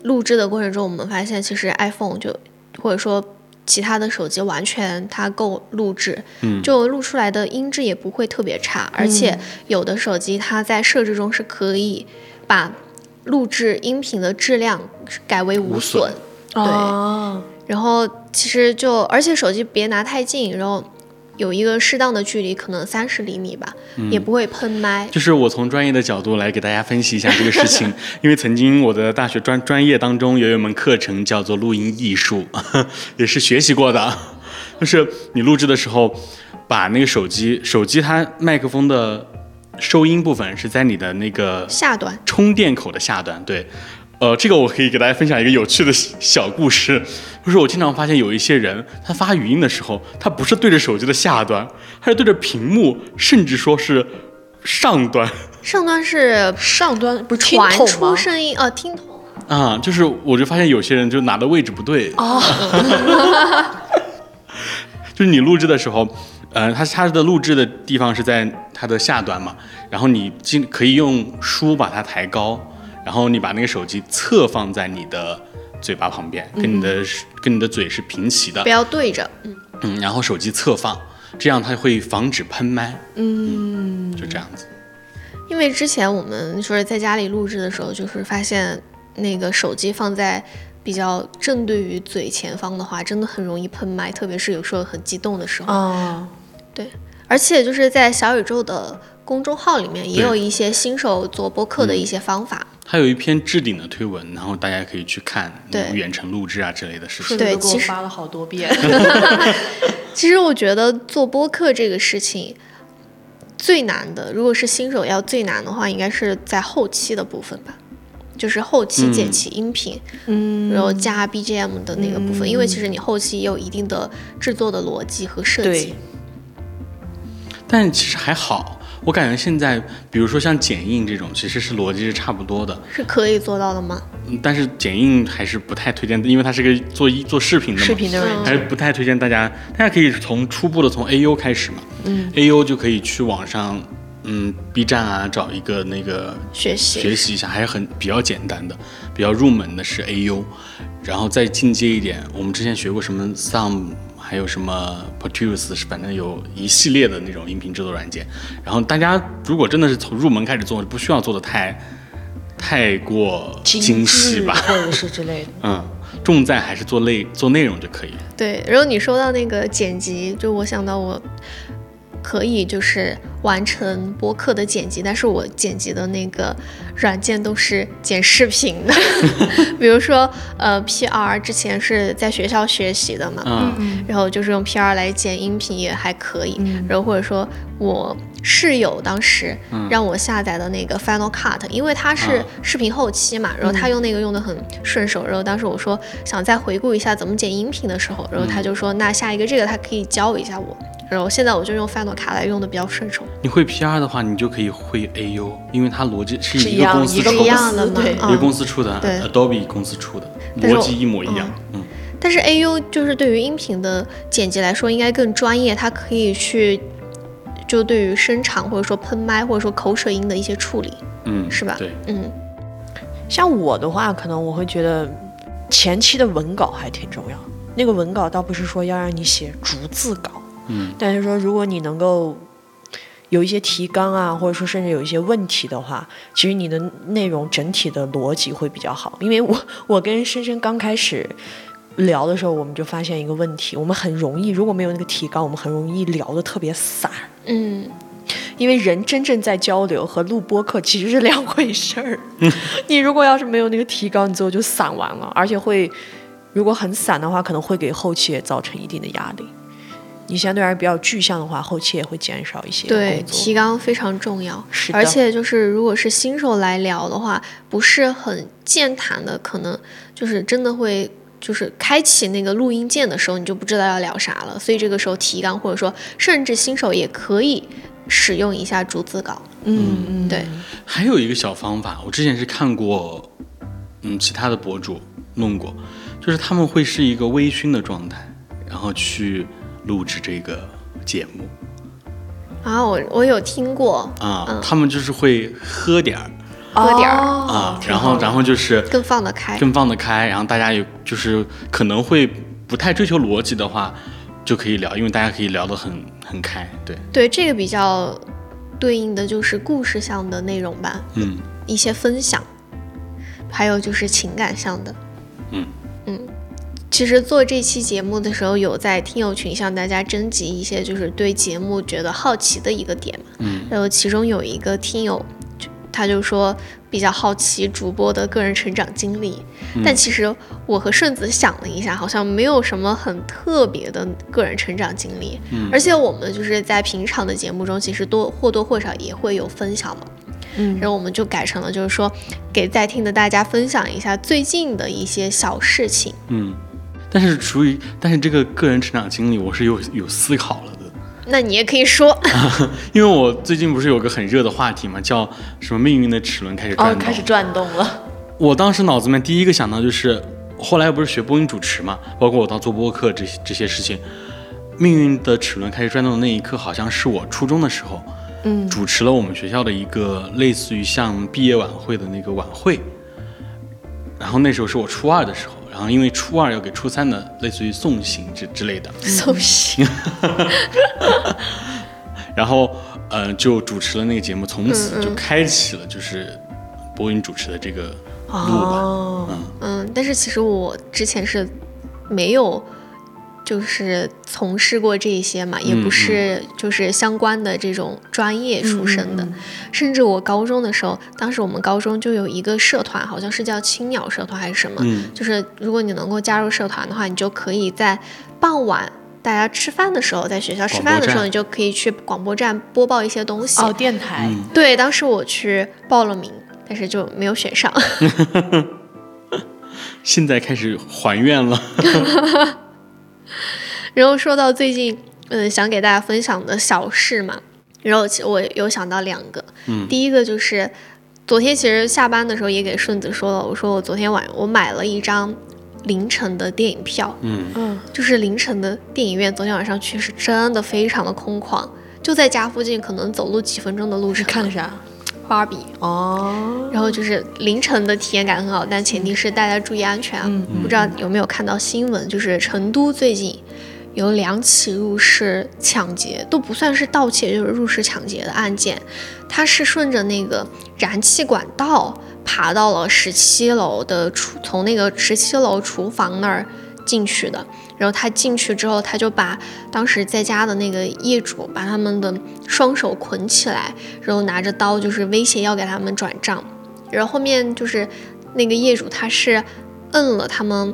录制的过程中，我们发现其实 iPhone 就或者说其他的手机完全它够录制，
嗯
就录出来的音质也不会特别差，而且有的手机它在设置中是可以把录制音频的质量改为无
无损
损哦然后其实就，而且手机别拿太近，然后有一个适当的距离，可能三十厘米吧，也不会喷麦。
就是我从专业的角度来给大家分析一下这个事情，因为曾经我的大学专专业当中有一门课程叫做录音艺术， [LAUGHS] 也是学习过的，就是你录制的时候，把那个手机手机它麦克风的收音部分是在你的那个
下端，
充电口的下端，对。呃，这个我可以给大家分享一个有趣的小故事，就是我经常发现有一些人，他发语音的时候，他不是对着手机的下端，他是对着屏幕，甚至说是上端
上端是
上端不是听
传
筒
出
吗？
声音，呃，听筒。
啊，就是我就发现有些人就拿的位置不对，
哦，
[LAUGHS] 就是你录制的时候，呃，它它的录制的地方是在它的下端嘛，然后你尽可以用书把它抬高，然后你把那个手机侧放在你的嘴巴旁边，跟你的、跟你的嘴是平齐的
不，要对着，嗯
嗯，然后手机侧放，这样它会防止喷麦。嗯，就这样子。
因为之前我们就是在家里录制的时候，就是发现那个手机放在比较正对于嘴前方的话，真的很容易喷麦，特别是有时候很激动的时候。
哦，
对，而且就是在小宇宙的公众号里面，也
对
有一些新手做播客的一些方法。
它有一篇置顶的推文，然后大家可以去看，
对
嗯远程录制啊之类的事情。
顺便
对
都给我
其实
发了好多遍。
[LAUGHS] 其实我觉得做播客这个事情最难的，如果是新手要最难的话，应该是在后期的部分吧，就是后期剪辑音频，嗯，然后加 BGM 的那个部分，因为其实你后期也有一定的制作的逻辑和设计
对。，
但其实还好，我感觉现在，比如说像剪映这种，其实是逻辑是差不多的，
是可以做到的吗？
嗯但是剪映还是不太推荐，因为它是个做一做视频的嘛，
视频的软
还
件，
是不太推荐大家，大家可以从初步的从 AU 开始嘛，嗯，AU 就可以去网上，嗯，B 站啊找一个那个
学习
学习一下，还是很比较简单的，比较入门的是 AU，然后再进阶一点，我们之前学过什么 Some，还有什么 Produce，是反正有一系列的那种音频制作软件。然后大家如果真的是从入门开始做，不需要做的太太过精细
致
吧，
或者是之类的。
嗯，重在还是做内做内容就可以了。
对，然后你说到那个剪辑，就我想到我可以就是完成播客的剪辑，但是我剪辑的那个软件都是剪视频的，比如说呃 PR 之前是在学校学习的嘛，
嗯，
然后就是用 PR 来剪音频也还可以，然后或者说我室友当时让我下载的那个 Final Cut，、因为它
嗯
是
啊
视频后期嘛，然后他用那个用的很顺手，然后当时我说想再回顾一下怎么剪音频的时
嗯
候，然后他就说、那下一个这个他可以教一下我，然后现在我就用 Final Cut 来用的比较顺手，
你会 PR 的话，你就可以会 AU，因为它逻辑是
是一
个
样
公司
一
出
个
的，
是一
公
样
司
的嘛，
对
一个公
嗯。
司出的
对
，Adobe 公司出的，
但是
逻
我
辑一模一样。嗯
但是 AU 就是对于音频的剪辑来说应该更专业，它可以去。就对于声场或者说喷麦或者说口水音的一些处理，
嗯，
是吧
对。
嗯，
像我的话，可能我会觉得前期的文稿还挺重要。那个文稿倒不是说要让你写逐字稿，
嗯，
但是说如果你能够有一些提纲啊，或者说甚至有一些问题的话，其实你的内容整体的逻辑会比较好。因为我 [LAUGHS] 我跟深深刚开始聊的时候，我们就发现一个问题，我们很容易如果没有那个提纲，我们很容易聊的特别散。
嗯，
因为人真正在交流和录播客其实是两回事 [LAUGHS] 儿。你如果要是没有那个提纲，你最后就散完了，而且会如果很散的话，可能会给后期也造成一定的压力。你相对而言比较具象的话，后期也会减少一些
对
工，作。
提纲非常重要。
是的
而且就是如果是新手来聊的话，不是很健谈的，可能就是真的会。就是开启那个录音键的时候，你就不知道要聊啥了，所以这个时候提纲或者说甚至新手也可以使用一下逐字稿。
嗯嗯，
对，
还有一个小方法，我之前是看过，嗯，其他的博主弄过，就是他们会是一个微醺的状态，然后去录制这个节目
啊，我我有听过，
啊，他们就是会喝点儿
喝点儿
哦
啊，然后然后就是
更放得开。
更放得开，然后大家有就是可能会不太追求逻辑的话，就可以聊，因为大家可以聊得很很开，对，
对，这个比较对应的就是故事向的内容吧，
嗯，
一些分享，还有就是情感向的。
嗯
其实做这期节目的时候，有在听友群向大家征集一些就是对节目觉得好奇的一个点嘛。
嗯，
然后其中有一个听友，就他就说比较好奇主播的个人成长经历，
嗯
但其实我和顺子想了一下，好像没有什么很特别的个人成长经历。嗯，而且我们就是在平常的节目中，其实多或多或少也会有分享嘛。
嗯
然后我们就改成了，就是说给在听的大家分享一下最近的一些小事情。
嗯，但是属于，但是这个个人成长经历，我是有有思考了的，
那你也可以说， [LAUGHS]
因为我最近不是有个很热的话题嘛，叫什么命运的齿轮开始转
哦，
动，
开始转动了。
我当时脑子里面第一个想到就是，后来不是学播音主持嘛，包括我当做播客这些这些事情，命运的齿轮开始转动的那一刻，好像是我初中的时候，嗯，主持了我们学校的一个类似于像毕业晚会的那个晚会，然后那时候是我初二的时候，然后因为初二要给初三的类似于送行之之类的，
搜寻。
然后呃就主持了那个节目，从此就开启了就是播音主持的这个路吧，
哦，
嗯，但是其实我之前是没有，就是从事过这一些嘛，也
嗯
不是就是相关的这种专业出身的。甚至我高中的时候，当时我们高中就有一个社团，好像是叫青鸟社团还是什么，
嗯
就是如果你能够加入社团的话，你就可以在傍晚。大家吃饭的时候，在学校吃
广播
饭的时候，
站
你就可以去广播站播报一些东西。
哦，电台，
对，当时我去报了名，但是就没有选上。
现在开始还愿了。
然后说到最近，嗯，想给大家分享的小事嘛，然后其我有想到两个，
嗯
第一个就是昨天其实下班的时候也给顺子说了，我说我昨天晚我买了一张凌晨的电影票，
嗯
嗯，
就是凌晨的电影院，昨天晚上去是真的非常的空旷，就在家附近，可能走路几分钟的路
你
程。
看的啥？
芭比，
哦，
然后就是凌晨的体验感很好，但前提是大家注意安全啊。不知道有没有看到新闻，就是成都最近有两起入室抢劫，都不算是盗窃，就是入室抢劫的案件。它是顺着那个燃气管道爬到了十七楼的厨，从那个十七楼厨房那儿进去的。然后他进去之后，他就把当时在家的那个业主把他们的双手捆起来，然后拿着刀就是威胁要给他们转账。然后后面就是那个业主他是摁了他们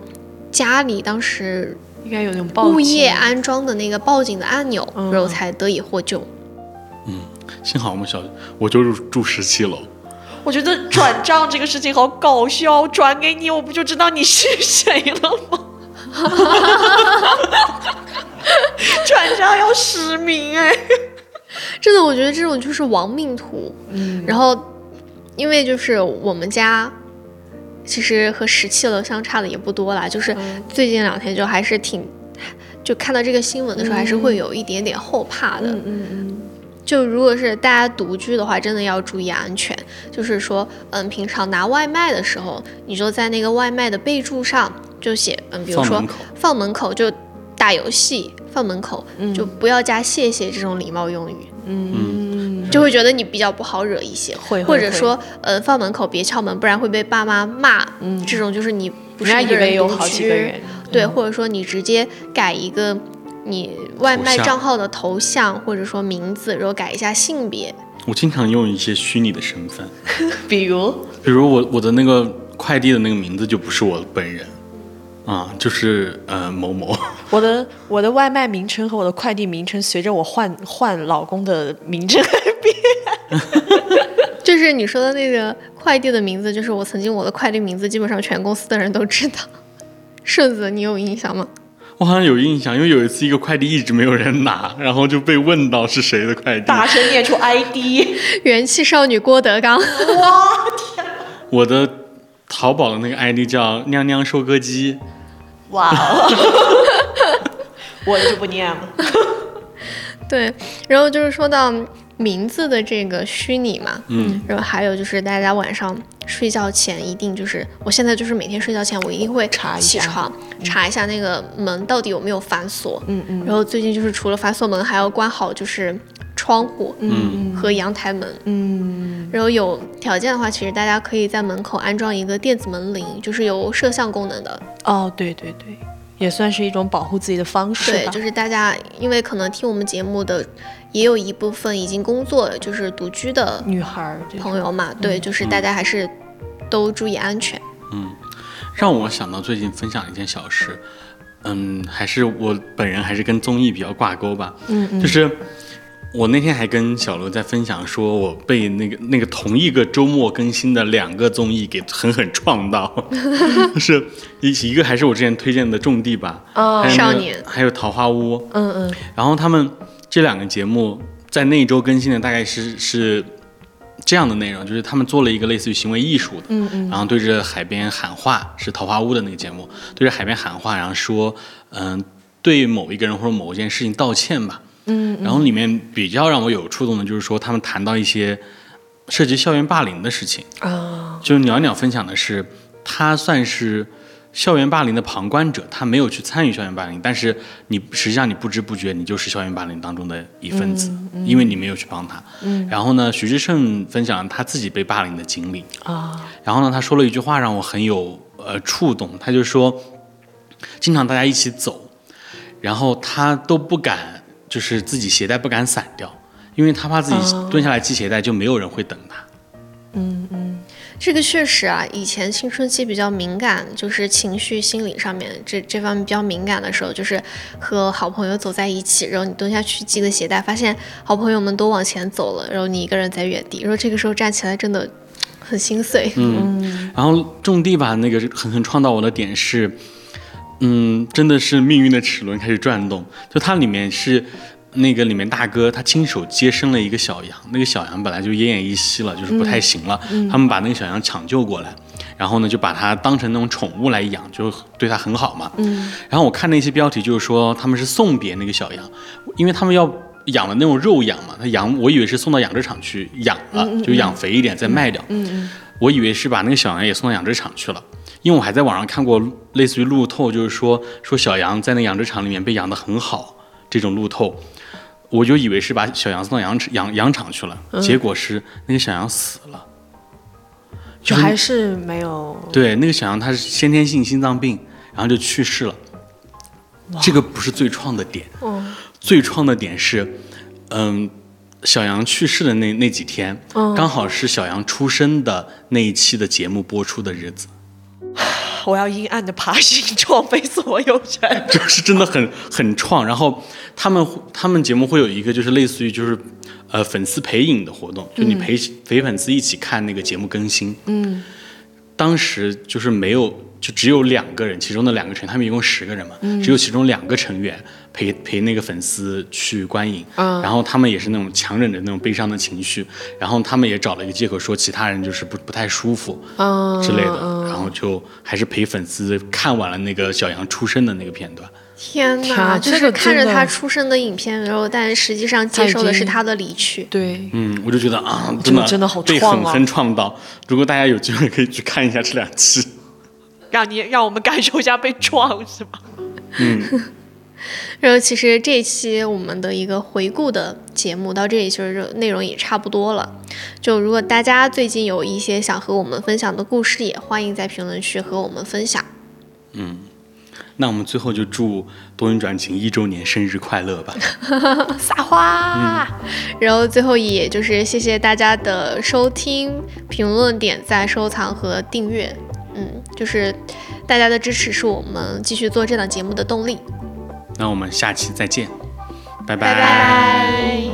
家里当时
应该有那种报
物业
警
安装的那个报警的按钮，
嗯
然后才得以获救。
幸好我们小，我就住住十七楼。
我觉得转账这个事情好搞笑，我转给你，我不就知道你是谁了吗？ [LAUGHS] 转账要实名哎，
真的，我觉得这种就是亡命徒。
嗯，
然后，因为就是我们家其实和十七楼相差的也不多啦，就是
嗯
最近两天就还是挺，就看到这个新闻的时候，还是会有一点点后怕的。
嗯嗯，
就如果是大家独居的话，真的要注意安全。就是说，嗯，平常拿外卖的时候，你就在那个外卖的备注上就写，嗯，比如
放
说
门口
放门口就打游戏、放门口，就不要加谢谢这种礼貌用语，
嗯，
就会觉得你比较不好惹一些，
会会
或者说呃放门口别敲门，不然会被爸妈骂，
嗯
这种就是你不
人
是
家
一个
以为有
独
好
居
几个人，嗯
对，或者说你直接改一个你外卖
头像
账号的头像，或者说名字，然后改一下性别。
我经常用一些虚拟的身份，
比如
比如我我的那个快递的那个名字就不是我本人，啊、就是呃某某， [LAUGHS]
我的我的外卖名称和我的快递名称随着我换换老公的名称 [LAUGHS] 而变，
就是你说的那个快递的名字，就是我曾经我的快递名字，基本上全公司的人都知道。顺子，你有印象吗？
我好像有印象，因为有一次一个快递一直没有人拿，然后就被问到是谁的快递，
大声念出 ID，
元气少女郭德纲，
哇，
我的淘宝的那个 ID 叫酿酿收割机，
哇哦， [LAUGHS] 我的就不念了，
对。然后就是说到名字的这个虚拟嘛，
嗯，
然后还有就是大家晚上睡觉前一定就是，我现在就是每天睡觉前我一定会
查一
起
下
床查一下那个门到底有没有反锁，
嗯嗯
然后最近就是除了反锁门，还要关好就是窗户
嗯
和阳台门。
嗯，
然后有条件的话，其实大家可以在门口安装一个电子门铃，就是有摄像功能的。
哦，对对对，也算是一种保护自己的方式
对，
吧，
就是大家因为可能听我们节目的也有一部分已经工作就是独居的
女孩儿这种
朋友嘛，对，就是大家还是都注意安全。
让我想到最近分享一件小事，嗯，还是我本人还是跟综艺比较挂钩吧，
嗯嗯
就是我那天还跟小罗在分享，说我被那个那个同一个周末更新的两个综艺给狠狠撞到，
[LAUGHS]
就是一一个还是我之前推荐的《种地吧》
哦
还有那个
少年
还有《桃花坞》，
嗯嗯，
然后他们这两个节目在那一周更新的大概是是这样的内容，就是他们做了一个类似于行为艺术的，嗯嗯，然后对着海边喊话，是桃花坞的那个节目，对着海边喊话，然后说，嗯、对某一个人或者某一件事情道歉吧，嗯然后里面比较让我有触动的就是说，他们谈到一些涉及校园霸凌的事情，
啊，
就是鸟鸟分享的是，他算是校园霸凌的旁观者，他没有去参与校园霸凌，但是你实际上你不知不觉你就是校园霸凌当中的一份子，因为你没有去帮他。然后呢，徐志胜分享了他自己被霸凌的经历
啊，
然后呢，他说了一句话让我很有呃触动，他就说，经常大家一起走，然后他都不敢，就是自己鞋带不敢散掉，因为他怕自己
哦
蹲下来系鞋带就没有人会等他。
这个确实啊，以前青春期比较敏感，就是情绪、心理上面这这方面比较敏感的时候，就是和好朋友走在一起，然后你蹲下去系个鞋带，发现好朋友们都往前走了，然后你一个人在原地，然后这个时候站起来真的很心碎。
嗯
然后种地吧，那个狠狠撞到我的点是，嗯，真的是命运的齿轮开始转动。就它里面是那个里面大哥他亲手接生了一个小羊，那个小羊本来就奄奄一息了，就是不太行了。他们把那个小羊抢救过来，然后呢就把它当成那种宠物来养，就对它很好嘛。然后我看那些标题就是说他们是送别那个小羊，因为他们要养的那种肉羊嘛，他羊我以为是送到养殖场去养了，就养肥一点再卖掉。我以为是把那个小羊也送到养殖场去了，因为我还在网上看过类似于路透，就是说说小羊在那养殖场里面被养得很好这种路透，我就以为是把小羊送到羊羊羊场去了，结果是那个小羊死了。就
就
是
还是没有
对，那个小羊它是先天性心脏病，然后就去世了。这个不是最创的点，最创的点是，嗯，小羊去世的那那几天，刚好是小羊出生的那一期的节目播出的日子，
[LAUGHS]
[LAUGHS]
我要阴暗的爬行， [LAUGHS] 撞飞所有人。
就是真的很很创。然后他们他们节目会有一个就是类似于就是，呃，粉丝陪影的活动，就你陪陪粉丝一起看那个节目更新。嗯，当时就是没有，就只有两个人，其中的两个成员，他们一共十个人嘛，
嗯
只有其中两个成员陪陪那个粉丝去观影。
嗯
然后他们也是那种强忍着那种悲伤的情绪，然后他们也找了一个借口说其他人就是不不太舒服。
嗯
之类的，然后就还是陪粉丝看完了那个小羊出生的那个片段。
天
天
哪，
啊
就
这
是
个
看着
真的
他出生的影片，然后但实际上接
他已
受的是
经
他的离去。
对，
嗯，我就觉得啊，
这
真
个
的
哦真的好
被
创
狠
啊
狠创到。如果大家有机会可以去看一下这两期。
让你让我们感受一下被撞是吧？
然后其实这一期我们的一个回顾的节目到这里，其实内容也差不多了。就如果大家最近有一些想和我们分享的故事，也欢迎在评论区和我们分享。
[LAUGHS] 那我们最后就祝多云转晴一周年生日快乐吧！
撒花，
然后最后也就是谢谢大家的收听、评论、点赞、收藏和订阅。嗯，就是大家的支持是我们继续做这档节目的动力。
那我们下期再见，
拜拜